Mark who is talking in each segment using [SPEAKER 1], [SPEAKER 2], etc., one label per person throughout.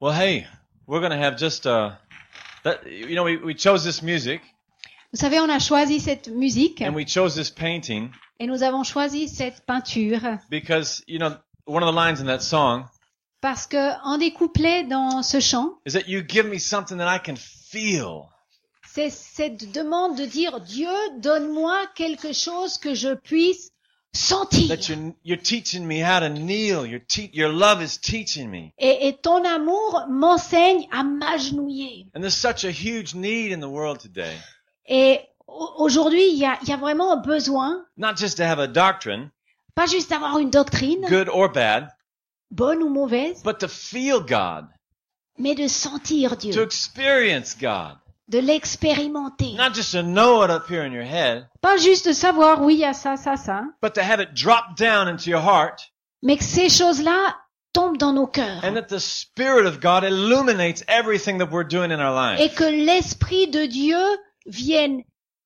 [SPEAKER 1] Well, hey, we're gonna have just uh, that. You know, we, we chose this music
[SPEAKER 2] Vous savez, on a choisi cette musique
[SPEAKER 1] and we chose this painting
[SPEAKER 2] et nous avons choisi cette peinture
[SPEAKER 1] because you know one of the lines in that song
[SPEAKER 2] parce que un des couplets dans ce chant,
[SPEAKER 1] is that you give me something that I can feel.
[SPEAKER 2] c'est cette demande de dire Dieu, donne-moi quelque chose que je puisse sentir.
[SPEAKER 1] That you're you're teaching me how to kneel. Your te- your love is teaching me.
[SPEAKER 2] Et, et ton amour m'enseigne à m'agenouiller.
[SPEAKER 1] And there's such a huge need in the world today,
[SPEAKER 2] Et au- aujourd'hui, il y a, il y a vraiment un besoin,
[SPEAKER 1] not just to have a doctrine,
[SPEAKER 2] pas juste d'avoir une doctrine,
[SPEAKER 1] good or bad,
[SPEAKER 2] bonne ou mauvaise,
[SPEAKER 1] but to feel God,
[SPEAKER 2] mais de sentir
[SPEAKER 1] to
[SPEAKER 2] Dieu,
[SPEAKER 1] experience God,
[SPEAKER 2] de l'expérimenter.
[SPEAKER 1] not just to know it up here in your head,
[SPEAKER 2] Pas juste de savoir, oui, il y a ça, ça, ça,
[SPEAKER 1] but to have it drop down into your heart
[SPEAKER 2] mais que ces choses-là tombent dans nos cœurs.
[SPEAKER 1] and that the Spirit of God illuminates everything that we're doing in our life.
[SPEAKER 2] et que l'Esprit de Dieu vienne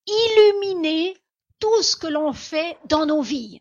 [SPEAKER 2] illuminer tout ce que l'on fait dans nos vies.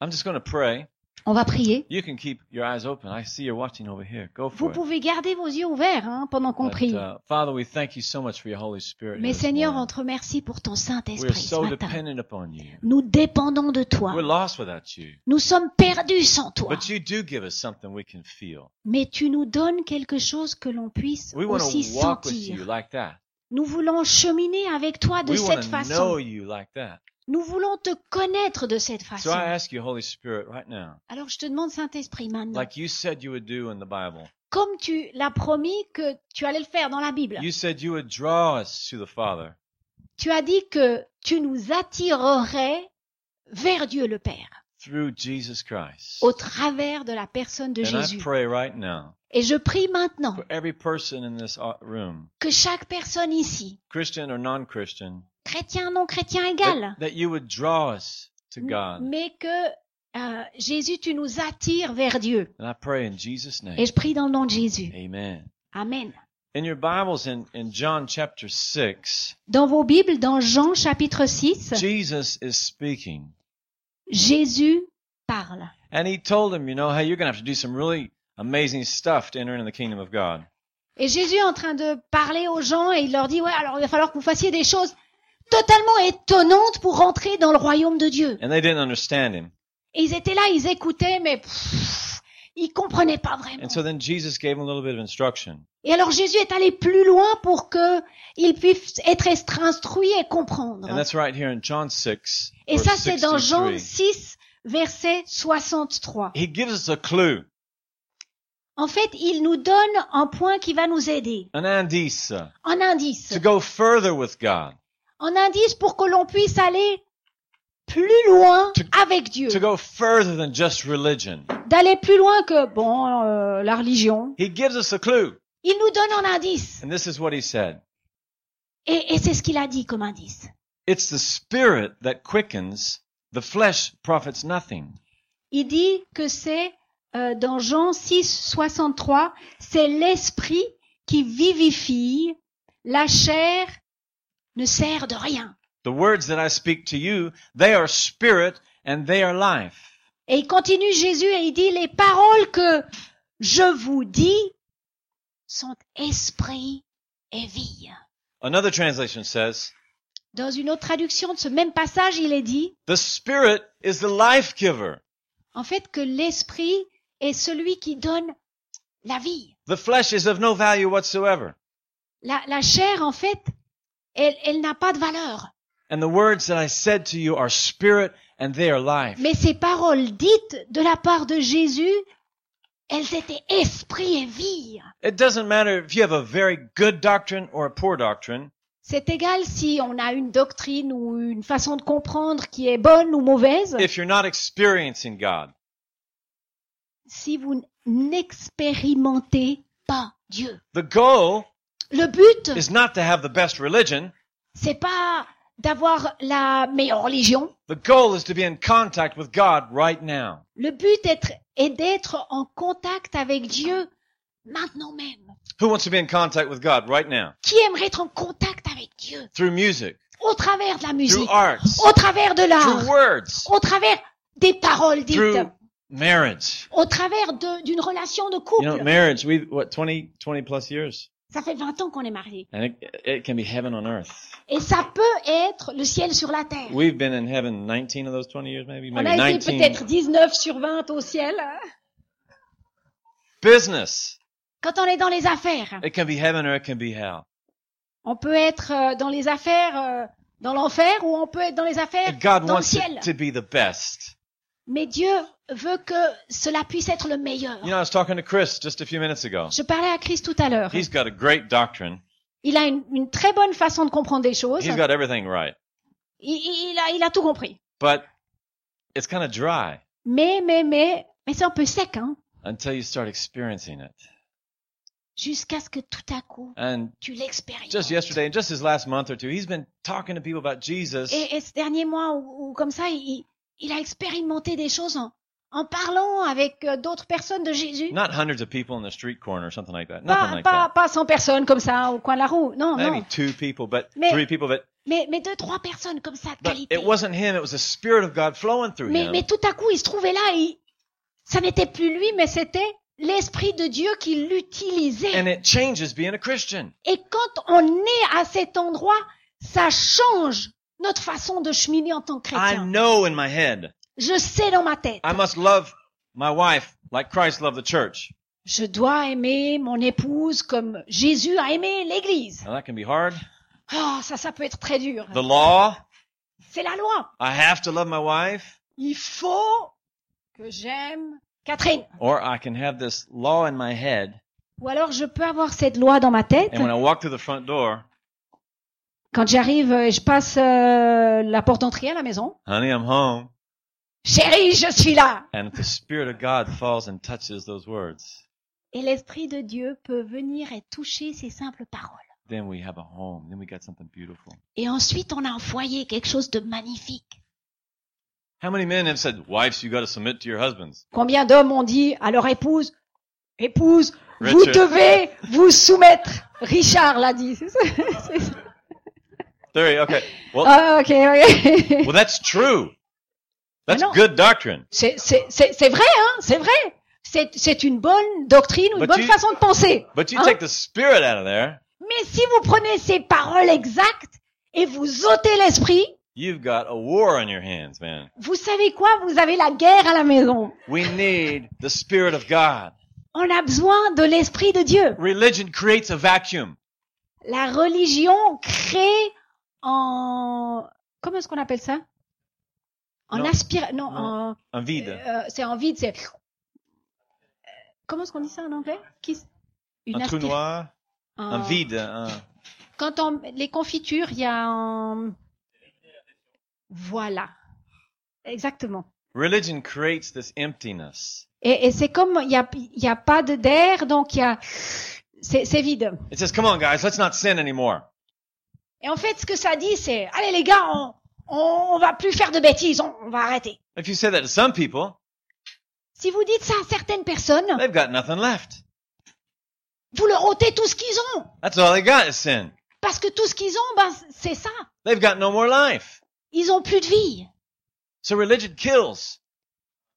[SPEAKER 1] I'm just going to pray.
[SPEAKER 2] On va prier.
[SPEAKER 1] You can keep your eyes open. I see you're watching over here. Go
[SPEAKER 2] Vous
[SPEAKER 1] for it.
[SPEAKER 2] pouvez garder vos yeux ouverts hein, pendant qu'on
[SPEAKER 1] But,
[SPEAKER 2] prie.
[SPEAKER 1] uh, Father, we thank you so much for your Holy Spirit.
[SPEAKER 2] Mais
[SPEAKER 1] here this
[SPEAKER 2] Seigneur, on
[SPEAKER 1] morning.
[SPEAKER 2] te remercie pour ton
[SPEAKER 1] we are
[SPEAKER 2] Saint-Esprit ce
[SPEAKER 1] so
[SPEAKER 2] matin.
[SPEAKER 1] dependent upon you.
[SPEAKER 2] Nous dépendons de toi.
[SPEAKER 1] We're lost without you.
[SPEAKER 2] Nous sommes perdus sans toi.
[SPEAKER 1] But you do give us something we can feel.
[SPEAKER 2] Mais tu nous donnes quelque chose que l'on puisse
[SPEAKER 1] We want
[SPEAKER 2] aussi
[SPEAKER 1] to walk with you
[SPEAKER 2] sentir.
[SPEAKER 1] like that.
[SPEAKER 2] Nous voulons cheminer avec toi de
[SPEAKER 1] We
[SPEAKER 2] cette
[SPEAKER 1] want to know
[SPEAKER 2] façon.
[SPEAKER 1] you like that.
[SPEAKER 2] Nous voulons te connaître de cette
[SPEAKER 1] So
[SPEAKER 2] façon.
[SPEAKER 1] I ask you, Holy Spirit, right now,
[SPEAKER 2] Alors je te demande, Saint-Esprit, maintenant,
[SPEAKER 1] like you said you would do in the Bible,
[SPEAKER 2] comme tu l'as promis que tu allais le faire dans la Bible.
[SPEAKER 1] you said you would draw us to the Father.
[SPEAKER 2] Tu as dit que tu nous attirerais vers Dieu le Père
[SPEAKER 1] through Jesus Christ.
[SPEAKER 2] au travers de la personne de
[SPEAKER 1] and I
[SPEAKER 2] Jésus.
[SPEAKER 1] pray right now
[SPEAKER 2] Et je prie maintenant
[SPEAKER 1] for every person in this uh, room,
[SPEAKER 2] que chaque personne ici,
[SPEAKER 1] Christian or non-Christian,
[SPEAKER 2] chrétien, non chrétien égal,
[SPEAKER 1] that, that you would draw us to
[SPEAKER 2] Mm-hmm.
[SPEAKER 1] God.
[SPEAKER 2] mais que euh, Jésus, tu nous attires vers Dieu.
[SPEAKER 1] And I pray in Jesus'
[SPEAKER 2] Et
[SPEAKER 1] name.
[SPEAKER 2] je prie dans le nom de Jésus.
[SPEAKER 1] Amen.
[SPEAKER 2] Amen.
[SPEAKER 1] In your Bibles in, in John chapter 6,
[SPEAKER 2] Dans vos Bibles, dans Jean chapitre 6,
[SPEAKER 1] Jesus is speaking.
[SPEAKER 2] Jésus parle.
[SPEAKER 1] And he told him, you know, hey, you're going to have to do some really amazing stuff to enter into the kingdom of God.
[SPEAKER 2] Et Jésus est en train de parler aux gens et il leur dit, ouais, alors il va falloir que vous fassiez des choses totalement étonnantes pour rentrer dans le royaume de Dieu.
[SPEAKER 1] And they didn't understand him.
[SPEAKER 2] Et ils étaient là, ils écoutaient, mais pff, ils comprenaient pas vraiment.
[SPEAKER 1] And so then Jesus gave him a little bit of instruction.
[SPEAKER 2] Et alors Jésus est allé plus loin pour que ils puissent être est- instruits et
[SPEAKER 1] And
[SPEAKER 2] comprendre.
[SPEAKER 1] that's right here in John 6.
[SPEAKER 2] Et
[SPEAKER 1] verse
[SPEAKER 2] ça, c'est dans Jean
[SPEAKER 1] 63.
[SPEAKER 2] 6, verset 63.
[SPEAKER 1] He gives us a clue.
[SPEAKER 2] En fait, il nous donne un point qui va nous aider,
[SPEAKER 1] an indice
[SPEAKER 2] un indice,
[SPEAKER 1] to go further with God,
[SPEAKER 2] un indice pour que l'on puisse aller plus loin avec Dieu.
[SPEAKER 1] to go further than just religion.
[SPEAKER 2] d'aller plus loin que bon euh, la religion.
[SPEAKER 1] He gives us a clue,
[SPEAKER 2] Il nous donne un indice
[SPEAKER 1] and this is what he said.
[SPEAKER 2] et, et c'est ce qu'il a dit comme indice.
[SPEAKER 1] It's the spirit that quickens, the flesh profits nothing.
[SPEAKER 2] Il dit que c'est euh, dans Jean 6 63, c'est l'esprit qui vivifie, la chair ne sert de rien.
[SPEAKER 1] The words that I speak to you, they are spirit and they are life.
[SPEAKER 2] Et il continue Jésus et il dit les paroles que je vous dis sont esprit et vie.
[SPEAKER 1] Another translation says,
[SPEAKER 2] Dans une autre traduction de ce même passage, il est dit
[SPEAKER 1] the spirit is the life giver.
[SPEAKER 2] En fait, que l'esprit est celui qui donne la vie.
[SPEAKER 1] The flesh is of no value whatsoever.
[SPEAKER 2] La, la chair, en fait, elle, elle n'a pas de valeur.
[SPEAKER 1] And the words that I said to you are spirit and they are life.
[SPEAKER 2] Mais ces paroles dites de la part de Jésus, elles étaient esprit et vie.
[SPEAKER 1] It doesn't matter if you have a very good doctrine or a poor doctrine.
[SPEAKER 2] C'est égal si on a une doctrine ou une façon de comprendre qui est bonne ou mauvaise.
[SPEAKER 1] if you're not experiencing God.
[SPEAKER 2] Si vous n'expérimentez pas Dieu.
[SPEAKER 1] The goal
[SPEAKER 2] Le but,
[SPEAKER 1] is not to have the best religion.
[SPEAKER 2] c'est pas d'avoir la meilleure religion.
[SPEAKER 1] The goal is to be in contact with God right now.
[SPEAKER 2] Le but d'être- est d'être en contact avec Dieu maintenant même.
[SPEAKER 1] Who wants to be in contact with God right now?
[SPEAKER 2] Qui aimerait être en contact avec Dieu
[SPEAKER 1] Through music,
[SPEAKER 2] au travers de la
[SPEAKER 1] through
[SPEAKER 2] musique,
[SPEAKER 1] arts,
[SPEAKER 2] au travers de
[SPEAKER 1] through
[SPEAKER 2] l'art,
[SPEAKER 1] words,
[SPEAKER 2] au travers des paroles dites,
[SPEAKER 1] through marriage.
[SPEAKER 2] au travers de- d'une relation de
[SPEAKER 1] You
[SPEAKER 2] couple.
[SPEAKER 1] know, marriage, we what 20 20 plus years.
[SPEAKER 2] ça fait 20 ans qu'on est mariés.
[SPEAKER 1] And it, it can be heaven on earth.
[SPEAKER 2] Et ça peut être le ciel sur la terre.
[SPEAKER 1] We've been in heaven 19 of those 20 years maybe,
[SPEAKER 2] On
[SPEAKER 1] maybe
[SPEAKER 2] a été
[SPEAKER 1] 19.
[SPEAKER 2] peut-être 19 sur 20 au ciel. hein.
[SPEAKER 1] Business.
[SPEAKER 2] Quand on est dans les affaires,
[SPEAKER 1] It can be heaven or it can be hell.
[SPEAKER 2] on peut être euh, dans les affaires euh, dans l'enfer ou on peut être dans les affaires
[SPEAKER 1] And God
[SPEAKER 2] dans le
[SPEAKER 1] wants
[SPEAKER 2] ciel.
[SPEAKER 1] it to be the best.
[SPEAKER 2] Mais Dieu veut que cela puisse être le meilleur.
[SPEAKER 1] You know, I was talking to Chris just a few minutes ago.
[SPEAKER 2] Je parlais à Christ tout à l'heure.
[SPEAKER 1] He's got a great doctrine.
[SPEAKER 2] Il a une, une très bonne façon de comprendre des choses.
[SPEAKER 1] He's got everything right.
[SPEAKER 2] Il, il- il a, il a tout compris.
[SPEAKER 1] But it's kind of dry
[SPEAKER 2] Mais, mais, mais, mais c'est un peu sec, hein.
[SPEAKER 1] until you start experiencing it.
[SPEAKER 2] Jusqu'à ce que tout à coup,
[SPEAKER 1] And
[SPEAKER 2] tu l'expériences.
[SPEAKER 1] just yesterday and just his last month or two, he's been talking to people about Jesus.
[SPEAKER 2] Et, et ce dernier mois, ou, ou comme ça, il, il a expérimenté des choses en, en parlant avec euh, d'autres personnes de Jésus.
[SPEAKER 1] Not hundreds of people in the street corner or something like that. Nothing
[SPEAKER 2] Pas,
[SPEAKER 1] like
[SPEAKER 2] pas,
[SPEAKER 1] that.
[SPEAKER 2] pas 100 personnes comme ça au coin de la roue. Non,
[SPEAKER 1] Maybe
[SPEAKER 2] non.
[SPEAKER 1] two people, but
[SPEAKER 2] Mais-
[SPEAKER 1] three people, but
[SPEAKER 2] Mais, mais deux, trois personnes comme ça de
[SPEAKER 1] But
[SPEAKER 2] qualité.
[SPEAKER 1] it wasn't him, it was the Spirit of God flowing through
[SPEAKER 2] Mais, mais
[SPEAKER 1] him.
[SPEAKER 2] tout à coup, il se trouvait là et ça n'était plus lui, mais c'était l'Esprit de Dieu qui l'utilisait.
[SPEAKER 1] And it changes being a Christian.
[SPEAKER 2] Et quand on est à cet endroit, ça change notre façon de cheminer en tant que
[SPEAKER 1] I
[SPEAKER 2] chrétien.
[SPEAKER 1] know in my head,
[SPEAKER 2] Je sais dans ma tête,
[SPEAKER 1] I must love my wife like Christ loved the church.
[SPEAKER 2] je dois aimer mon épouse comme Jésus a aimé l'Église.
[SPEAKER 1] Now that can be hard.
[SPEAKER 2] Oh, ça, ça peut être très dur.
[SPEAKER 1] The law,
[SPEAKER 2] C'est la loi.
[SPEAKER 1] I have to love my wife,
[SPEAKER 2] Il faut que j'aime Catherine.
[SPEAKER 1] or I can have this law in my head.
[SPEAKER 2] Ou alors je peux avoir cette loi dans ma tête.
[SPEAKER 1] And when I walk through the front door,
[SPEAKER 2] Quand j'arrive et je passe euh, la porte d'entrée à la maison,
[SPEAKER 1] honey, I'm home.
[SPEAKER 2] Chérie, je suis là.
[SPEAKER 1] And if the Spirit of God falls and touches those words,
[SPEAKER 2] Et l'Esprit de Dieu peut venir et toucher ces simples paroles.
[SPEAKER 1] then we have a home. Then we got something beautiful.
[SPEAKER 2] Et ensuite, on a un foyer, quelque chose de magnifique.
[SPEAKER 1] How many men have said, wives, you got to submit to your husbands?
[SPEAKER 2] Combien d'hommes ont dit à leur épouse, épouse, vous
[SPEAKER 1] Richard.
[SPEAKER 2] devez vous soumettre. Richard l'a dit. c'est ça, c'est ça.
[SPEAKER 1] Three, okay. Well,
[SPEAKER 2] Ah, ok, ok.
[SPEAKER 1] Well, that's true. That's
[SPEAKER 2] I know.
[SPEAKER 1] good doctrine.
[SPEAKER 2] C'est- C'est c'est- c'est vrai, hein, c'est vrai. C'est c'est une bonne doctrine ou une
[SPEAKER 1] But
[SPEAKER 2] bonne
[SPEAKER 1] you-
[SPEAKER 2] façon de penser.
[SPEAKER 1] But you
[SPEAKER 2] Huh?
[SPEAKER 1] take the spirit out of there,
[SPEAKER 2] Mais si vous prenez ces paroles exactes et vous ôtez l'esprit,
[SPEAKER 1] you've got a war on your hands, man.
[SPEAKER 2] vous savez quoi Vous avez la guerre à la maison.
[SPEAKER 1] We need the spirit of God.
[SPEAKER 2] On a besoin de l'Esprit de Dieu.
[SPEAKER 1] Religion creates a vacuum.
[SPEAKER 2] La religion crée en... Comment est-ce qu'on appelle ça En
[SPEAKER 1] Non.
[SPEAKER 2] aspire... Non,
[SPEAKER 1] Non.
[SPEAKER 2] en-
[SPEAKER 1] Un vide.
[SPEAKER 2] euh, c'est en vide, c'est... Comment est-ce qu'on dit ça en anglais Qui-
[SPEAKER 1] Un trou
[SPEAKER 2] aspir-
[SPEAKER 1] noir. uh.
[SPEAKER 2] un-
[SPEAKER 1] Un vide. un-
[SPEAKER 2] Quand on... les confitures, il y a un... Voilà. Exactement.
[SPEAKER 1] Religion creates this emptiness.
[SPEAKER 2] Et, et c'est comme il n'y a, il y a pas de- d'air, donc il y a... C'est c'est vide.
[SPEAKER 1] It says, come on, guys, let's not sin anymore.
[SPEAKER 2] Et en fait, ce que ça dit, c'est, allez les gars, on, on, on va plus faire de bêtises, on, on va arrêter.
[SPEAKER 1] If you say that to some people,
[SPEAKER 2] Si vous dites ça à certaines personnes,
[SPEAKER 1] they've got nothing left.
[SPEAKER 2] vous leur ôtez tout ce qu'ils ont.
[SPEAKER 1] That's all they got is sin.
[SPEAKER 2] Parce que tout ce qu'ils ont, ben, c'est ça.
[SPEAKER 1] They've got no more life.
[SPEAKER 2] Ils ont plus de vie.
[SPEAKER 1] So religion kills,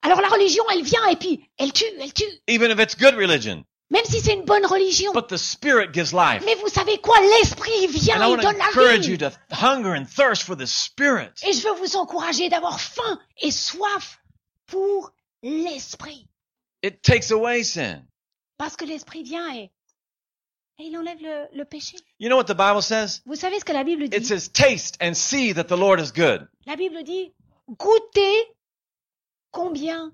[SPEAKER 2] Alors la religion, elle vient et puis, elle tue, elle tue.
[SPEAKER 1] even if it's good religion.
[SPEAKER 2] Même si c'est une bonne religion.
[SPEAKER 1] But the spirit gives life.
[SPEAKER 2] Mais vous savez quoi? L'esprit vient,
[SPEAKER 1] And I
[SPEAKER 2] il
[SPEAKER 1] want to
[SPEAKER 2] donne la
[SPEAKER 1] encourage
[SPEAKER 2] vie.
[SPEAKER 1] you to hunger and thirst for the Spirit.
[SPEAKER 2] Et je veux vous encourager d'avoir faim et soif pour l'esprit.
[SPEAKER 1] It takes away sin.
[SPEAKER 2] Parce que l'esprit vient et, et il enlève le, le péché.
[SPEAKER 1] You know what the Bible says?
[SPEAKER 2] Vous savez ce que la Bible dit?
[SPEAKER 1] It says, Taste and see that the Lord is good.
[SPEAKER 2] La Bible dit goûtez combien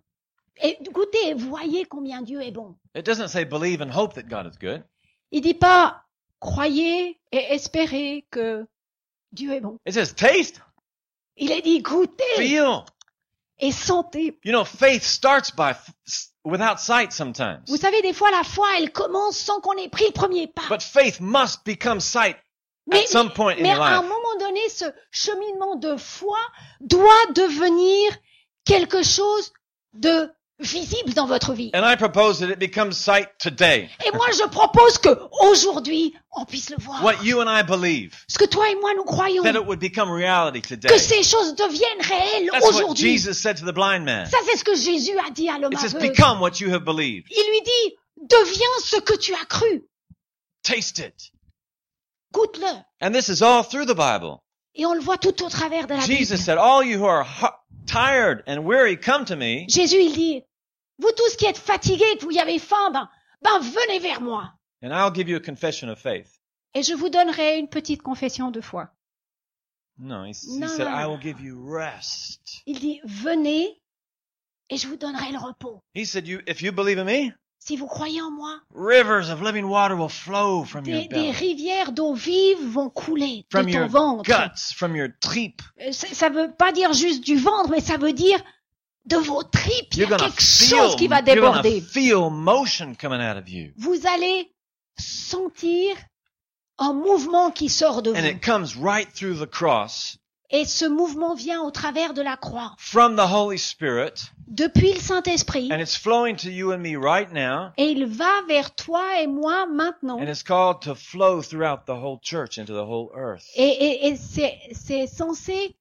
[SPEAKER 2] et goûtez et voyez combien Dieu est bon.
[SPEAKER 1] It doesn't say believe and hope that God is good.
[SPEAKER 2] Il dit pas croyez et espérez que Dieu est bon.
[SPEAKER 1] It says, Taste,
[SPEAKER 2] Il est dit goûtez
[SPEAKER 1] feel.
[SPEAKER 2] et sentez.
[SPEAKER 1] You know, faith starts by f- s- without sight sometimes.
[SPEAKER 2] Vous savez, des fois la foi, elle commence sans qu'on ait pris le premier pas.
[SPEAKER 1] But faith must become sight
[SPEAKER 2] Mais,
[SPEAKER 1] at some point in
[SPEAKER 2] mais
[SPEAKER 1] your
[SPEAKER 2] à un
[SPEAKER 1] life.
[SPEAKER 2] moment donné, ce cheminement de foi doit devenir quelque chose de visible dans votre vie.
[SPEAKER 1] And I propose that it becomes sight today.
[SPEAKER 2] Et moi, je propose que aujourd'hui, on puisse le voir.
[SPEAKER 1] What you and I believe,
[SPEAKER 2] Ce que toi et moi nous croyons,
[SPEAKER 1] that it would become reality today.
[SPEAKER 2] que ces choses deviennent réelles
[SPEAKER 1] That's what
[SPEAKER 2] aujourd'hui.
[SPEAKER 1] Jesus said to the blind man.
[SPEAKER 2] Ça, c'est ce que Jésus a dit à l'homme
[SPEAKER 1] It says,
[SPEAKER 2] aveugle.
[SPEAKER 1] Become what you have believed.
[SPEAKER 2] Il lui dit, deviens ce que tu as cru,
[SPEAKER 1] Taste it.
[SPEAKER 2] goûte-le.
[SPEAKER 1] And this is all through the Bible.
[SPEAKER 2] Et on le voit tout au travers de la Bible.
[SPEAKER 1] Jesus said, All you who are ho- tired and weary, come to me.
[SPEAKER 2] Jésus, il dit, vous tous qui êtes fatigués, que vous y avez faim, ben, ben venez vers moi.
[SPEAKER 1] And I'll give you a confession of faith.
[SPEAKER 2] Et je vous donnerai une petite confession de foi.
[SPEAKER 1] No, he, s-
[SPEAKER 2] No,
[SPEAKER 1] he said,
[SPEAKER 2] no,
[SPEAKER 1] I will
[SPEAKER 2] no.
[SPEAKER 1] give you rest.
[SPEAKER 2] Il dit, venez et je vous donnerai le repos.
[SPEAKER 1] He said, you, If you believe in me,
[SPEAKER 2] Si vous croyez en moi,
[SPEAKER 1] rivers of living water will flow from
[SPEAKER 2] des,
[SPEAKER 1] your
[SPEAKER 2] des
[SPEAKER 1] belly,
[SPEAKER 2] rivières d'eau vive vont couler de
[SPEAKER 1] from
[SPEAKER 2] ton
[SPEAKER 1] your
[SPEAKER 2] ventre.
[SPEAKER 1] guts, from your tripe.
[SPEAKER 2] Euh, Ça ça veut pas dire juste du ventre, mais ça veut dire de vos tripes. Il y
[SPEAKER 1] You're
[SPEAKER 2] a
[SPEAKER 1] going to
[SPEAKER 2] quelque chose
[SPEAKER 1] feel,
[SPEAKER 2] qui va
[SPEAKER 1] you're gonna
[SPEAKER 2] déborder.
[SPEAKER 1] feel motion coming out of you.
[SPEAKER 2] Vous allez sentir un mouvement qui sort de
[SPEAKER 1] And
[SPEAKER 2] vous.
[SPEAKER 1] it comes right through the cross
[SPEAKER 2] Et ce mouvement vient au travers de la croix.
[SPEAKER 1] from the Holy Spirit,
[SPEAKER 2] Depuis le Saint-Esprit.
[SPEAKER 1] and it's flowing to you and me right now.
[SPEAKER 2] Et il va vers toi et moi maintenant.
[SPEAKER 1] And it's called to flow throughout the whole church into the whole earth.
[SPEAKER 2] Et, et- et c'est c'est censé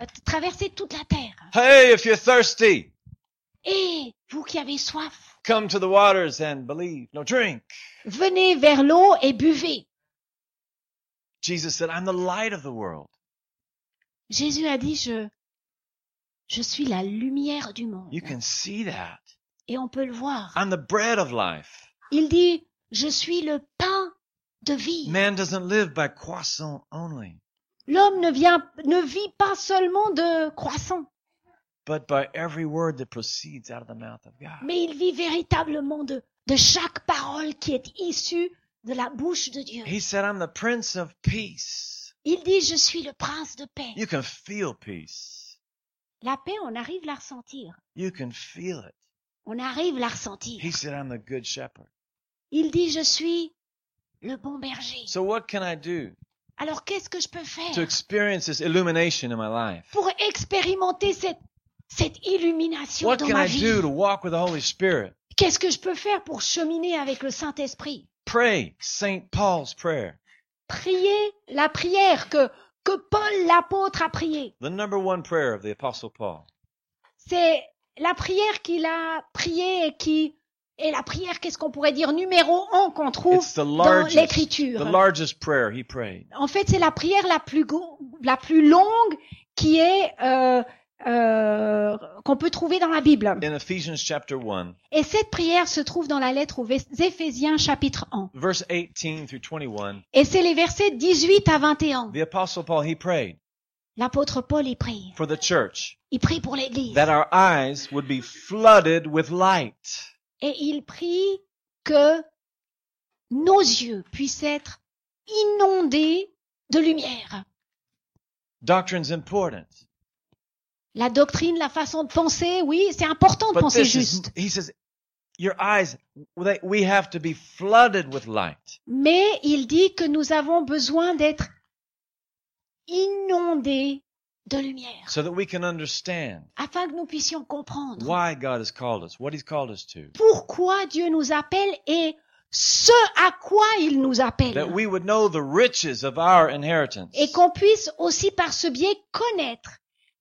[SPEAKER 2] euh, traverser toute la terre.
[SPEAKER 1] Hey, if you're thirsty,
[SPEAKER 2] Et vous qui avez soif,
[SPEAKER 1] come to the waters and believe. No, drink.
[SPEAKER 2] venez vers l'eau et buvez.
[SPEAKER 1] Jesus said, I'm the light of the world.
[SPEAKER 2] Jésus a dit, je, je suis la lumière du monde.
[SPEAKER 1] You can Ah. see that.
[SPEAKER 2] Et on peut le voir.
[SPEAKER 1] I'm the bread of life.
[SPEAKER 2] Il dit, je suis le pain de vie.
[SPEAKER 1] Man doesn't live by croissant only,
[SPEAKER 2] L'homme ne vient, ne vit pas seulement de croissants,
[SPEAKER 1] but by every word that proceeds out of the mouth of God.
[SPEAKER 2] mais il vit véritablement de, de chaque parole qui est issue de la bouche de Dieu.
[SPEAKER 1] He said, I'm the Prince of Peace.
[SPEAKER 2] Il dit, je suis le prince de paix.
[SPEAKER 1] You can feel peace.
[SPEAKER 2] La paix, on arrive à la ressentir.
[SPEAKER 1] You can feel it.
[SPEAKER 2] On arrive à la ressentir.
[SPEAKER 1] He said, I'm the Good Shepherd.
[SPEAKER 2] Il dit, je suis le bon berger.
[SPEAKER 1] So, what can I do
[SPEAKER 2] Alors qu'est-ce que je peux
[SPEAKER 1] to
[SPEAKER 2] faire
[SPEAKER 1] experience this illumination in my life?
[SPEAKER 2] pour expérimenter cette, cette illumination
[SPEAKER 1] What
[SPEAKER 2] dans
[SPEAKER 1] can
[SPEAKER 2] ma
[SPEAKER 1] I
[SPEAKER 2] vie
[SPEAKER 1] do to walk with the Holy Spirit?
[SPEAKER 2] Qu'est-ce que je peux faire pour cheminer avec le Saint-Esprit
[SPEAKER 1] Pray St. Paul's prayer,
[SPEAKER 2] Prier la prière que, que Paul l'apôtre a priée.
[SPEAKER 1] the number one prayer of the Apostle Paul.
[SPEAKER 2] C'est la prière qu'il a priée et qui est la prière, qu'est-ce qu'on pourrait dire, numéro un qu'on trouve
[SPEAKER 1] It's the
[SPEAKER 2] dans
[SPEAKER 1] largest, the
[SPEAKER 2] l'Écriture.
[SPEAKER 1] largest prayer he prayed.
[SPEAKER 2] En fait, c'est la prière la plus, go- la plus longue qui est euh, euh, qu'on peut trouver dans la Bible.
[SPEAKER 1] In Ephesians chapter 1,
[SPEAKER 2] Et cette prière se trouve dans la lettre aux Vé- Éphésiens chapitre 1.
[SPEAKER 1] verse 18 through 21,
[SPEAKER 2] Et c'est les versets 18 à 21.
[SPEAKER 1] the apostle Paul, he prayed
[SPEAKER 2] L'apôtre Paul y prie.
[SPEAKER 1] for the church
[SPEAKER 2] Il prie pour l'Église.
[SPEAKER 1] that our eyes would be flooded with light.
[SPEAKER 2] Et il prie que nos yeux puissent être inondés de lumière.
[SPEAKER 1] Doctrine's important.
[SPEAKER 2] La doctrine, la façon de penser, oui, c'est important de
[SPEAKER 1] But
[SPEAKER 2] penser
[SPEAKER 1] this is,
[SPEAKER 2] juste.
[SPEAKER 1] he says, your eyes, they, we have to be flooded with light.
[SPEAKER 2] Mais il dit que nous avons besoin d'être inondés de lumière
[SPEAKER 1] so that we can understand
[SPEAKER 2] afin que nous puissions comprendre.
[SPEAKER 1] why God has called us, what He's called us to.
[SPEAKER 2] pourquoi Dieu nous appelle et ce à quoi il nous
[SPEAKER 1] That
[SPEAKER 2] appelle.
[SPEAKER 1] we would know the riches of our inheritance
[SPEAKER 2] Et qu'on puisse aussi par ce biais connaître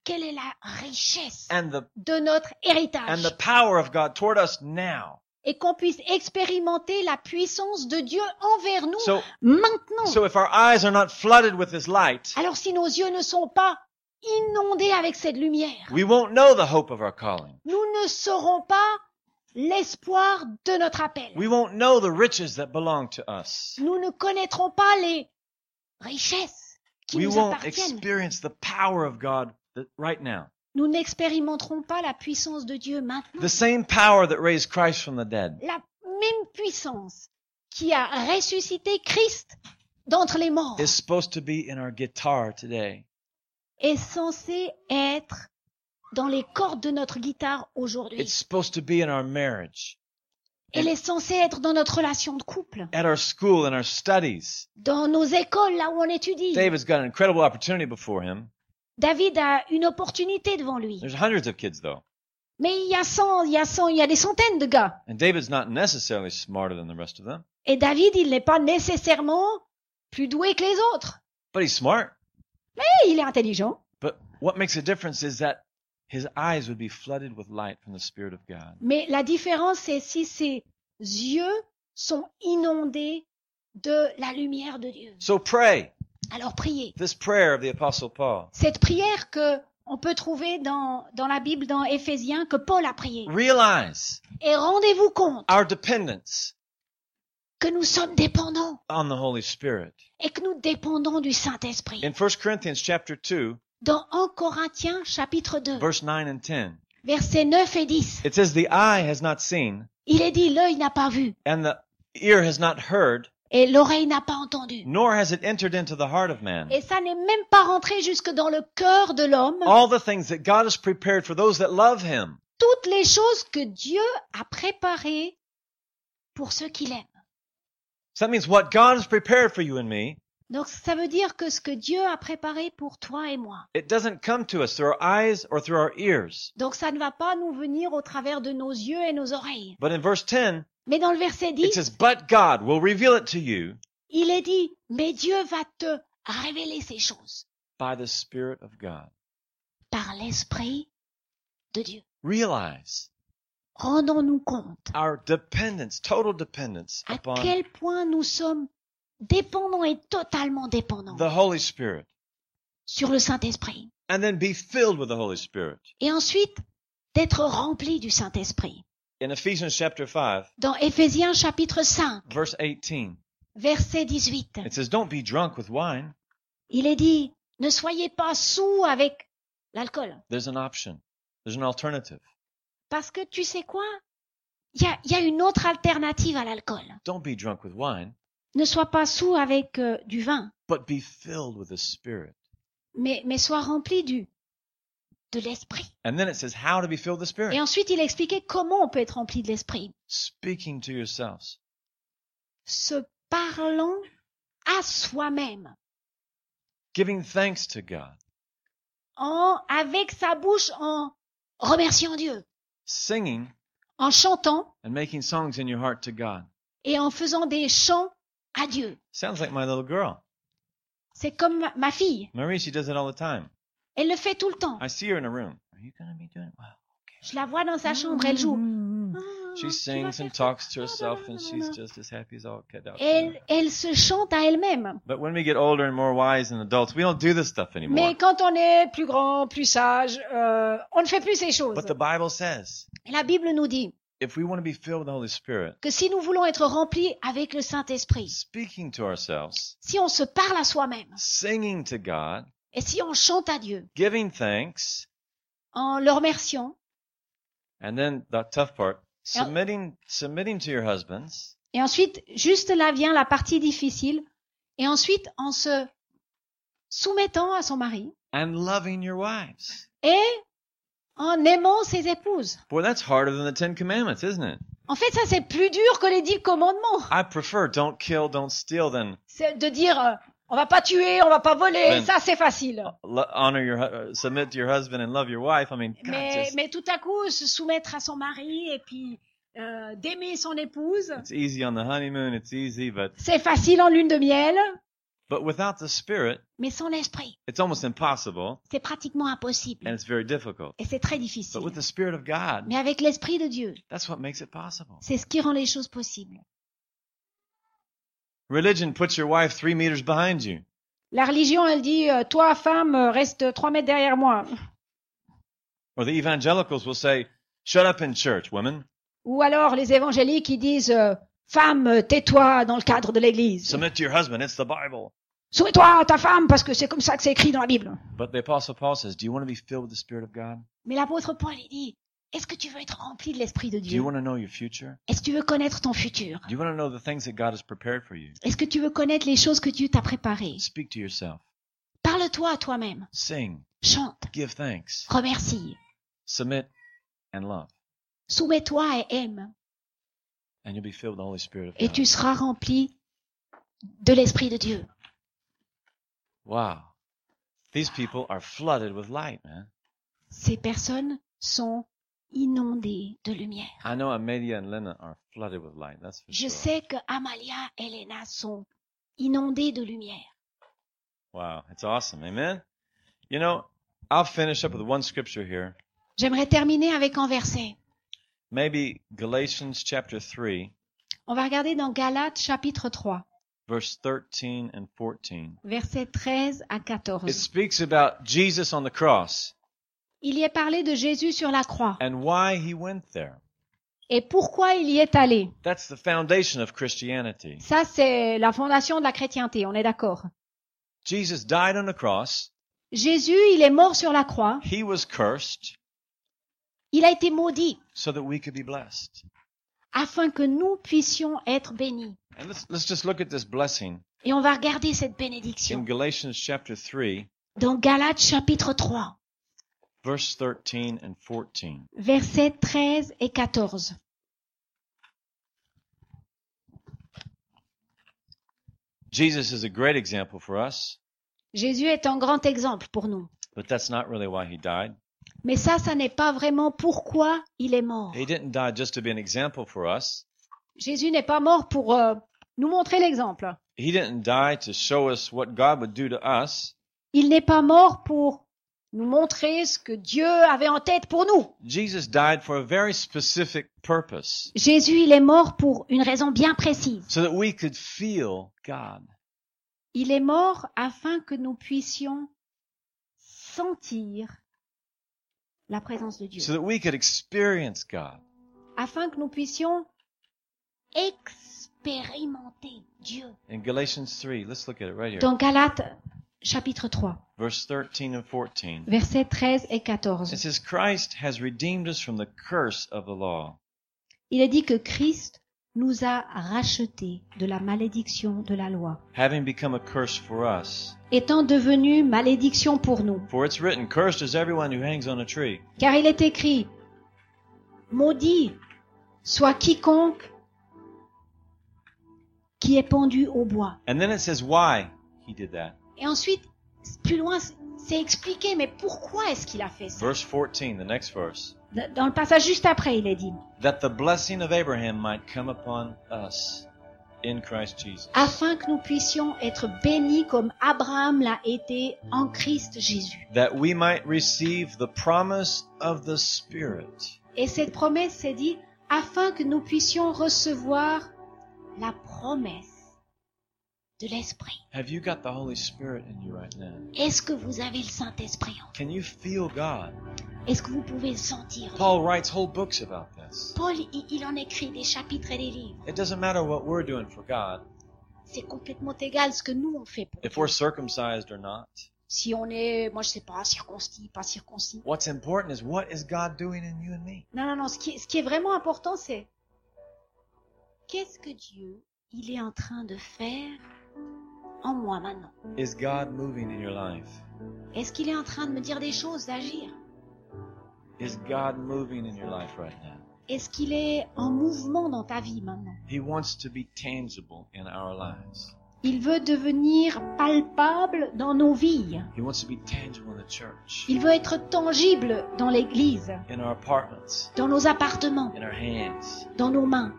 [SPEAKER 2] quelle est la richesse
[SPEAKER 1] and the
[SPEAKER 2] de notre
[SPEAKER 1] and the
[SPEAKER 2] héritage.
[SPEAKER 1] power of God toward us now.
[SPEAKER 2] Et qu'on puisse expérimenter la puissance de Dieu envers nous
[SPEAKER 1] So
[SPEAKER 2] maintenant.
[SPEAKER 1] so if our eyes are not flooded with this light,
[SPEAKER 2] Alors si nos yeux ne sont pas inondés avec cette lumière,
[SPEAKER 1] we won't know the hope of our calling.
[SPEAKER 2] nous ne saurons pas l'espoir de notre appel.
[SPEAKER 1] We won't know the riches that belong to us.
[SPEAKER 2] Nous ne connaîtrons pas les richesses qui
[SPEAKER 1] We
[SPEAKER 2] nous
[SPEAKER 1] won't
[SPEAKER 2] appartiennent.
[SPEAKER 1] experience the power of God that, right now.
[SPEAKER 2] Nous n'expérimenterons pas la puissance de Dieu maintenant.
[SPEAKER 1] The same power that raised Christ from the dead
[SPEAKER 2] La même puissance qui a ressuscité Christ d'entre les morts
[SPEAKER 1] is supposed to be in our guitar today.
[SPEAKER 2] est censée être dans les cordes de notre guitare
[SPEAKER 1] It's
[SPEAKER 2] aujourd'hui.
[SPEAKER 1] supposed to be in our marriage.
[SPEAKER 2] Elle est censée être dans notre relation de couple,
[SPEAKER 1] at our school and our studies.
[SPEAKER 2] dans nos écoles, là où on étudie.
[SPEAKER 1] David's got an incredible opportunity before him.
[SPEAKER 2] David a une opportunité devant lui.
[SPEAKER 1] There's hundreds of kids though.
[SPEAKER 2] Mais il y a 100, il y a 100, il y a des centaines de gars.
[SPEAKER 1] And David's not necessarily smarter than the rest of them,
[SPEAKER 2] Et David, il n'est pas nécessairement plus doué que les autres.
[SPEAKER 1] but he's smart.
[SPEAKER 2] Et il est intelligent.
[SPEAKER 1] But what makes a difference is that his eyes would be flooded with light from the Spirit of God.
[SPEAKER 2] Mais la différence, c'est si ses yeux sont inondés de la lumière de Dieu.
[SPEAKER 1] So pray.
[SPEAKER 2] Alors priez.
[SPEAKER 1] This prayer of the Apostle Paul.
[SPEAKER 2] Cette prière que on peut trouver dans, dans la Bible, dans Éphésiens, que Paul a prié.
[SPEAKER 1] Realize
[SPEAKER 2] Et rendez-vous compte
[SPEAKER 1] our dependence
[SPEAKER 2] que nous sommes dépendants
[SPEAKER 1] on the Holy Spirit.
[SPEAKER 2] et que nous dépendons du Saint-Esprit.
[SPEAKER 1] In 1 Corinthians chapter 2,
[SPEAKER 2] Dans 1 Corinthiens chapitre 2,
[SPEAKER 1] verse 9 and 10,
[SPEAKER 2] versets 9 et 10,
[SPEAKER 1] it says, The eye has not seen,
[SPEAKER 2] il est dit l'œil n'a pas vu
[SPEAKER 1] and the ear has not heard,
[SPEAKER 2] et l'oreille n'a pas entendu.
[SPEAKER 1] nor has it entered into the heart of man.
[SPEAKER 2] Et ça n'est même pas rentré jusque dans le cœur de l'homme.
[SPEAKER 1] All the things that God has prepared for those that love him.
[SPEAKER 2] Toutes les choses que Dieu a préparées pour ceux qui l'aiment.
[SPEAKER 1] So that means what God has prepared for you and me,
[SPEAKER 2] Donc ça veut dire que ce que Dieu a préparé pour toi et moi.
[SPEAKER 1] it doesn't come to us through our eyes or through our ears.
[SPEAKER 2] Donc ça ne va pas nous venir au travers de nos yeux et nos oreilles.
[SPEAKER 1] But in verse 10,
[SPEAKER 2] Mais dans le verset
[SPEAKER 1] it
[SPEAKER 2] 10,
[SPEAKER 1] says, But God will reveal it to you
[SPEAKER 2] il est dit, mais Dieu va te révéler ces choses
[SPEAKER 1] by the Spirit of God.
[SPEAKER 2] par l'Esprit de Dieu.
[SPEAKER 1] Realize
[SPEAKER 2] Rendons-nous compte
[SPEAKER 1] our dependence, total dependence
[SPEAKER 2] à
[SPEAKER 1] upon
[SPEAKER 2] quel point nous sommes dépendants et totalement dépendants
[SPEAKER 1] the Holy Spirit.
[SPEAKER 2] sur le Saint-Esprit.
[SPEAKER 1] And then be filled with the Holy Spirit.
[SPEAKER 2] Et ensuite, d'être remplis du Saint-Esprit.
[SPEAKER 1] In Ephesians chapter 5,
[SPEAKER 2] Dans Éphésiens chapitre 5,
[SPEAKER 1] verse 18,
[SPEAKER 2] verset 18,
[SPEAKER 1] it says, Don't be drunk with wine.
[SPEAKER 2] il est dit, ne soyez pas sous avec l'alcool.
[SPEAKER 1] There's an option, there's an alternative.
[SPEAKER 2] Parce que tu sais quoi Il y a, il y a une autre alternative à l'alcool.
[SPEAKER 1] Don't be drunk with wine,
[SPEAKER 2] Ne sois pas sous avec euh, du vin,
[SPEAKER 1] but be filled with the Spirit.
[SPEAKER 2] mais, mais sois rempli du de l'esprit.
[SPEAKER 1] And then it says, How to be filled with the
[SPEAKER 2] Et
[SPEAKER 1] Spirit?
[SPEAKER 2] ensuite, il a expliqué comment on peut être rempli de l'esprit.
[SPEAKER 1] Speaking to yourselves.
[SPEAKER 2] Se parlant à soi-même,
[SPEAKER 1] Giving thanks to God.
[SPEAKER 2] en avec sa bouche, en remerciant Dieu,
[SPEAKER 1] Singing
[SPEAKER 2] en chantant
[SPEAKER 1] and making songs in your heart to God.
[SPEAKER 2] et en faisant des chants à Dieu.
[SPEAKER 1] Sounds like my little girl.
[SPEAKER 2] C'est comme ma- ma fille.
[SPEAKER 1] Marie, she does it all the time.
[SPEAKER 2] Elle le fait tout le temps.
[SPEAKER 1] I see her in a room. Are you going to be doing well?
[SPEAKER 2] Je la vois dans sa chambre, elle joue. Ah,
[SPEAKER 1] She sings and talks to herself, and she's just as happy as all get out.
[SPEAKER 2] Elle, elle se chante à elle-même.
[SPEAKER 1] But when we get older and more wise and adults, we don't do this stuff anymore.
[SPEAKER 2] Mais quand on est plus grand, plus sage, euh, on ne fait plus ces choses.
[SPEAKER 1] But the Bible says
[SPEAKER 2] Et la Bible nous dit
[SPEAKER 1] if we want to be filled with the Holy Spirit,
[SPEAKER 2] que si nous voulons être remplis avec le Saint-Esprit,
[SPEAKER 1] speaking to ourselves,
[SPEAKER 2] si on se parle à soi-même
[SPEAKER 1] singing to God,
[SPEAKER 2] et si on chante à Dieu
[SPEAKER 1] giving thanks,
[SPEAKER 2] en le remerciant
[SPEAKER 1] and then the tough part,
[SPEAKER 2] Yeah.
[SPEAKER 1] submitting submitting to your husbands,
[SPEAKER 2] et ensuite juste là vient la partie difficile et ensuite en se soumettant à son mari
[SPEAKER 1] and loving your wives.
[SPEAKER 2] et en aimant ses épouses.
[SPEAKER 1] Boy, that's harder than the Ten Commandments, isn't it?
[SPEAKER 2] En fait, ça c'est plus dur que les dix commandements.
[SPEAKER 1] I prefer don't kill, don't steal, than
[SPEAKER 2] C'est de dire euh, on va pas tuer, on va pas voler,
[SPEAKER 1] Ben-
[SPEAKER 2] ça c'est facile.
[SPEAKER 1] lo- honor your hu- uh, submit to your husband and love your wife. I mean, God,
[SPEAKER 2] Mais,
[SPEAKER 1] just,
[SPEAKER 2] mais tout à coup, se soumettre à son mari et puis euh, d'aimer son épouse,
[SPEAKER 1] it's easy on the honeymoon. It's easy, but
[SPEAKER 2] c'est facile en lune de miel,
[SPEAKER 1] but without the Spirit,
[SPEAKER 2] mais sans l'esprit,
[SPEAKER 1] it's almost impossible
[SPEAKER 2] c'est pratiquement
[SPEAKER 1] and
[SPEAKER 2] impossible
[SPEAKER 1] it's very difficult.
[SPEAKER 2] et c'est très
[SPEAKER 1] But
[SPEAKER 2] difficile.
[SPEAKER 1] with the Spirit of God,
[SPEAKER 2] Mais avec l'esprit de Dieu,
[SPEAKER 1] that's what makes it possible.
[SPEAKER 2] c'est ce qui rend les choses possibles.
[SPEAKER 1] Religion puts your wife three meters behind you.
[SPEAKER 2] La religion, elle dit euh, toi femme euh, reste trois mètres derrière moi,
[SPEAKER 1] Or the evangelicals will say, shut up in church, women.
[SPEAKER 2] ou alors les évangéliques ils disent euh, femme euh, tais-toi dans le cadre de l'Église,
[SPEAKER 1] Submit to your husband. It's the Bible.
[SPEAKER 2] soumets-toi à ta femme parce que c'est comme ça que c'est écrit dans la Bible.
[SPEAKER 1] But the Apostle Paul says, do you want to be filled with the Spirit of God?
[SPEAKER 2] Mais l'apôtre Paul il dit est-ce que tu veux être rempli de l'esprit de
[SPEAKER 1] Do you
[SPEAKER 2] Dieu
[SPEAKER 1] want to know your future?
[SPEAKER 2] Est-ce que tu veux connaître ton futur
[SPEAKER 1] Do you want to know the things that God has prepared for you?
[SPEAKER 2] Est-ce que tu veux connaître les choses que Dieu t'a préparées
[SPEAKER 1] Speak to yourself.
[SPEAKER 2] Parle-toi à toi-même,
[SPEAKER 1] Sing.
[SPEAKER 2] chante,
[SPEAKER 1] Give thanks.
[SPEAKER 2] remercie,
[SPEAKER 1] Submit and love.
[SPEAKER 2] soumets-toi et aime,
[SPEAKER 1] And you'll be filled with the Holy Spirit
[SPEAKER 2] et
[SPEAKER 1] of
[SPEAKER 2] tu
[SPEAKER 1] God.
[SPEAKER 2] seras rempli de l'Esprit de Dieu.
[SPEAKER 1] Wow. These people are flooded with light, man.
[SPEAKER 2] Ces personnes sont inondés de lumière.
[SPEAKER 1] I know Amelia and Lena are flooded with light. That's for
[SPEAKER 2] Je
[SPEAKER 1] sure.
[SPEAKER 2] sais que Amalia et Lena sont inondés de lumière.
[SPEAKER 1] Wow, it's awesome. Amen. You know, I'll finish up with one scripture here.
[SPEAKER 2] J'aimerais terminer avec un verset.
[SPEAKER 1] Maybe Galatians chapter 3,
[SPEAKER 2] On va regarder dans Galates chapitre 3,
[SPEAKER 1] verse 13 and 14.
[SPEAKER 2] versets 13 à
[SPEAKER 1] It
[SPEAKER 2] 14.
[SPEAKER 1] speaks about Jesus on the cross
[SPEAKER 2] Il y est parlé de Jésus sur la croix
[SPEAKER 1] and why he went there.
[SPEAKER 2] et pourquoi il y est allé.
[SPEAKER 1] That's the foundation of Christianity.
[SPEAKER 2] Ça, c'est la fondation de la chrétienté, on est d'accord.
[SPEAKER 1] Jesus died on the cross.
[SPEAKER 2] Jésus, il est mort sur la croix,
[SPEAKER 1] He was cursed
[SPEAKER 2] il a été maudit
[SPEAKER 1] so that we could be blessed.
[SPEAKER 2] afin que nous puissions être bénis.
[SPEAKER 1] And let's, let's just look at this blessing
[SPEAKER 2] Et on va regarder cette
[SPEAKER 1] in
[SPEAKER 2] bénédiction
[SPEAKER 1] Galatians chapter 3,
[SPEAKER 2] dans Galates chapitre 3,
[SPEAKER 1] verse 13 and 14.
[SPEAKER 2] versets 13 et 14.
[SPEAKER 1] Jesus is a great example for us,
[SPEAKER 2] Jésus est un grand exemple pour nous.
[SPEAKER 1] but that's not really why he died.
[SPEAKER 2] Mais ça, ça n'est pas vraiment pourquoi il est mort.
[SPEAKER 1] He didn't die just to be an example for us.
[SPEAKER 2] Jésus n'est pas mort pour euh, nous montrer l'exemple.
[SPEAKER 1] He didn't die to show us what God would do to us.
[SPEAKER 2] Il n'est pas mort pour nous montrer ce que Dieu avait en tête pour nous.
[SPEAKER 1] Jesus died for a very specific purpose,
[SPEAKER 2] Jésus, il est mort pour une raison bien précise.
[SPEAKER 1] so that we could feel God.
[SPEAKER 2] Il est mort afin que nous puissions sentir la présence de
[SPEAKER 1] so
[SPEAKER 2] Dieu,
[SPEAKER 1] that we could experience God.
[SPEAKER 2] afin que nous puissions expérimenter Dieu.
[SPEAKER 1] In Galatians 3, let's look at it right here,
[SPEAKER 2] Dans Galates chapitre 3,
[SPEAKER 1] verse 13 and 14.
[SPEAKER 2] versets 13 et
[SPEAKER 1] It
[SPEAKER 2] 14,
[SPEAKER 1] says, Christ has redeemed us from the curse of the law,
[SPEAKER 2] il est dit que Christ nous a rachetés de la malédiction de la loi,
[SPEAKER 1] having become a curse for us.
[SPEAKER 2] étant devenu malédiction pour nous.
[SPEAKER 1] For it's written, Cursed is everyone who hangs on a tree.
[SPEAKER 2] Car il est écrit, Maudit soit quiconque qui est pendu au bois.
[SPEAKER 1] And then it says why he did that.
[SPEAKER 2] Et ensuite, plus loin, c'est expliqué, mais pourquoi est-ce qu'il a fait ça
[SPEAKER 1] Verse 14, the next verse.
[SPEAKER 2] Dans le passage juste après, il est dit,
[SPEAKER 1] That the blessing of Abraham might come upon us in Christ Jesus.
[SPEAKER 2] afin que nous puissions être bénis comme Abraham l'a été en Christ Jésus.
[SPEAKER 1] That we might receive the promise of the Spirit.
[SPEAKER 2] Et cette promesse, c'est dit, afin que nous puissions recevoir la promesse de l'Esprit.
[SPEAKER 1] Have you got the Holy Spirit in you right now?
[SPEAKER 2] Est-ce que vous avez le Saint-Esprit en
[SPEAKER 1] Can you feel God?
[SPEAKER 2] vous Est-ce que vous pouvez le sentir
[SPEAKER 1] Paul writes whole books about this.
[SPEAKER 2] Paul, il il en écrit des chapitres et des livres.
[SPEAKER 1] It doesn't matter what we're doing for God,
[SPEAKER 2] C'est complètement égal ce que nous on fait pour
[SPEAKER 1] if we're circumcised or not.
[SPEAKER 2] si on est, moi je sais pas, circoncis, pas circoncis.
[SPEAKER 1] What's important is what is God doing in you and me?
[SPEAKER 2] Non, non, non, ce qui, ce qui est vraiment important, c'est qu'est-ce que Dieu, il est en train de faire en moi maintenant
[SPEAKER 1] Is God moving in your life?
[SPEAKER 2] Est-ce qu'il est en train de me dire des choses, d'agir
[SPEAKER 1] Is God moving in your life right now?
[SPEAKER 2] Est-ce qu'il est en mouvement dans ta vie maintenant
[SPEAKER 1] He wants to be tangible in our lives.
[SPEAKER 2] Il veut devenir palpable dans nos vies.
[SPEAKER 1] He wants to be tangible in the church,
[SPEAKER 2] Il veut être tangible dans l'église,
[SPEAKER 1] in our apartments,
[SPEAKER 2] dans nos appartements,
[SPEAKER 1] in our hands.
[SPEAKER 2] dans nos mains.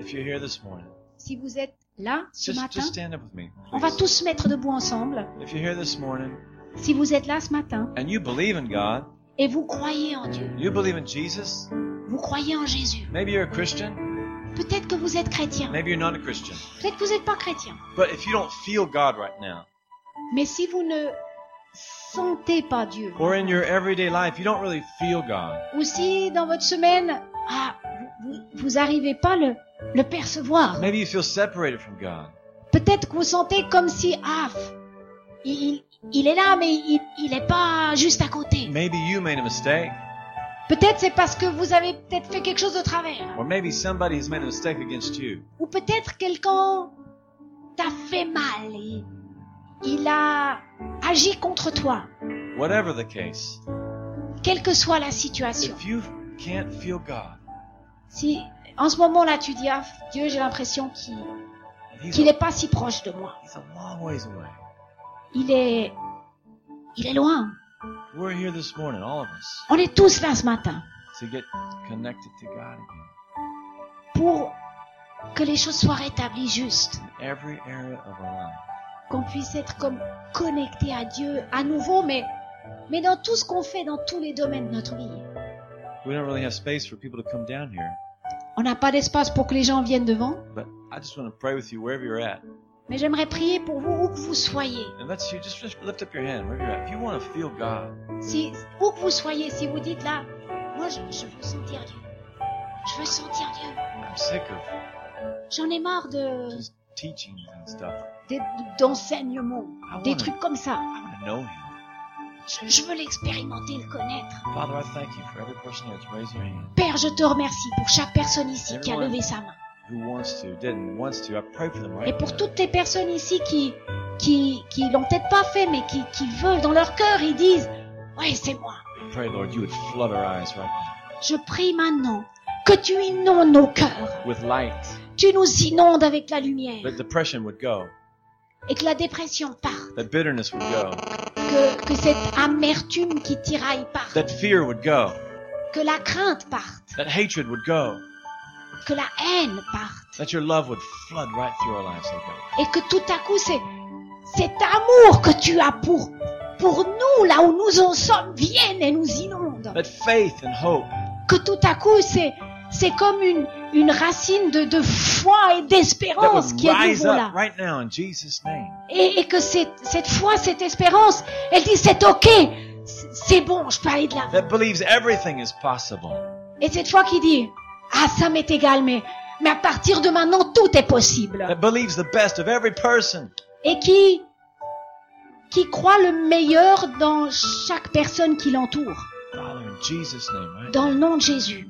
[SPEAKER 1] If you're here this morning,
[SPEAKER 2] Si vous êtes là ce
[SPEAKER 1] just,
[SPEAKER 2] matin,
[SPEAKER 1] just stand up with me.
[SPEAKER 2] on va
[SPEAKER 1] please.
[SPEAKER 2] tous se mettre debout ensemble.
[SPEAKER 1] If you're here this morning
[SPEAKER 2] Si vous êtes là ce matin
[SPEAKER 1] and you believe in God,
[SPEAKER 2] et vous croyez en Dieu,
[SPEAKER 1] You believe in Jesus?
[SPEAKER 2] vous croyez en Jésus.
[SPEAKER 1] Maybe you're a Christian.
[SPEAKER 2] Peut-être que vous êtes chrétien,
[SPEAKER 1] Maybe you're not a Christian.
[SPEAKER 2] peut-être que vous n'êtes pas chrétien.
[SPEAKER 1] But if you don't feel God right now,
[SPEAKER 2] Mais si vous ne sentez pas Dieu,
[SPEAKER 1] or in your everyday life, you don't really feel God,
[SPEAKER 2] ou si dans votre semaine, ah, vous n'arrivez pas le, le percevoir,
[SPEAKER 1] maybe you feel separated from God,
[SPEAKER 2] peut-être que vous sentez comme si, ah, il, il- il est là, mais il n'est pas juste à côté.
[SPEAKER 1] maybe you made a mistake,
[SPEAKER 2] Peut-être c'est parce que vous avez peut-être fait quelque chose de travers,
[SPEAKER 1] or maybe somebody has made a mistake against you,
[SPEAKER 2] ou peut-être quelqu'un t'a fait mal et il a agi contre toi,
[SPEAKER 1] whatever the case,
[SPEAKER 2] quelle que soit la situation.
[SPEAKER 1] if you can't feel God,
[SPEAKER 2] Si en ce moment-là tu dis ah Dieu j'ai l'impression qu'il
[SPEAKER 1] and he's,
[SPEAKER 2] qu'il
[SPEAKER 1] a,
[SPEAKER 2] n'est pas si proche de moi.
[SPEAKER 1] he's a long ways away.
[SPEAKER 2] Il est il est loin.
[SPEAKER 1] We're here this morning, all of us.
[SPEAKER 2] On est tous là ce matin.
[SPEAKER 1] to get connected to God again
[SPEAKER 2] pour que les choses soient rétablies justes,
[SPEAKER 1] in every area of our life.
[SPEAKER 2] qu'on puisse être comme connecté à Dieu à nouveau, mais, mais dans tout ce qu'on fait, dans tous les domaines de notre vie.
[SPEAKER 1] We don't really have space for people to come down here,
[SPEAKER 2] On n'a pas d'espace pour que les gens viennent devant,
[SPEAKER 1] but I just want to pray with you wherever you're at.
[SPEAKER 2] mais j'aimerais prier pour vous où que vous soyez.
[SPEAKER 1] And that's you. Just, just lift up your hand wherever you're at. If you want to feel God,
[SPEAKER 2] Si, où que vous soyez, si vous dites là, moi je, je veux sentir Dieu. Je veux sentir Dieu.
[SPEAKER 1] I'm sick of
[SPEAKER 2] J'en ai marre de
[SPEAKER 1] just teachings and stuff.
[SPEAKER 2] de- d'enseignements,
[SPEAKER 1] I
[SPEAKER 2] des
[SPEAKER 1] want to,
[SPEAKER 2] trucs comme ça.
[SPEAKER 1] I want to know Him.
[SPEAKER 2] Je, je veux l'expérimenter, le connaître.
[SPEAKER 1] Father, I thank you for every person here that's raised their hand,
[SPEAKER 2] Père, je te remercie pour chaque personne ici qui a levé sa main.
[SPEAKER 1] who wants to, didn't, wants to. I pray for them right
[SPEAKER 2] Et pour
[SPEAKER 1] now.
[SPEAKER 2] toutes les personnes ici qui qui qui l'ont peut-être pas fait, mais qui qui veulent dans leur cœur, ils disent ouais c'est moi.
[SPEAKER 1] I pray, Lord, you would flood our eyes right now
[SPEAKER 2] Je prie maintenant que tu inondes nos cœurs,
[SPEAKER 1] with light.
[SPEAKER 2] tu nous inondes avec la lumière
[SPEAKER 1] That depression would go.
[SPEAKER 2] et que la dépression parte,
[SPEAKER 1] That bitterness would go.
[SPEAKER 2] que que cette amertume qui tiraille parte,
[SPEAKER 1] That fear would go.
[SPEAKER 2] que la crainte parte,
[SPEAKER 1] That hatred would go.
[SPEAKER 2] que la haine parte
[SPEAKER 1] That your love would flood right through our lives, oh God.
[SPEAKER 2] et que tout à coup c'est cet amour que tu as pour pour nous là où nous en sommes vienne et nous inonde.
[SPEAKER 1] That faith and hope
[SPEAKER 2] que tout à coup, c'est, c'est comme une, une racine de, de foi et
[SPEAKER 1] that
[SPEAKER 2] d'espérance
[SPEAKER 1] would
[SPEAKER 2] qui est à
[SPEAKER 1] rise
[SPEAKER 2] nouveau là.
[SPEAKER 1] up right now in Jesus' name.
[SPEAKER 2] Et, et que cette, cette foi, cette espérance, elle dit c'est ok, c'est- c'est bon, je peux aller de là.
[SPEAKER 1] That believes everything is possible.
[SPEAKER 2] Et cette foi qui dit ah ça m'est égal, mais mais à partir de maintenant tout est possible.
[SPEAKER 1] That believes the best of every person.
[SPEAKER 2] Et qui qui croit le meilleur dans chaque personne qui l'entoure,
[SPEAKER 1] Father, in Jesus' name, right?
[SPEAKER 2] dans le nom de Jésus.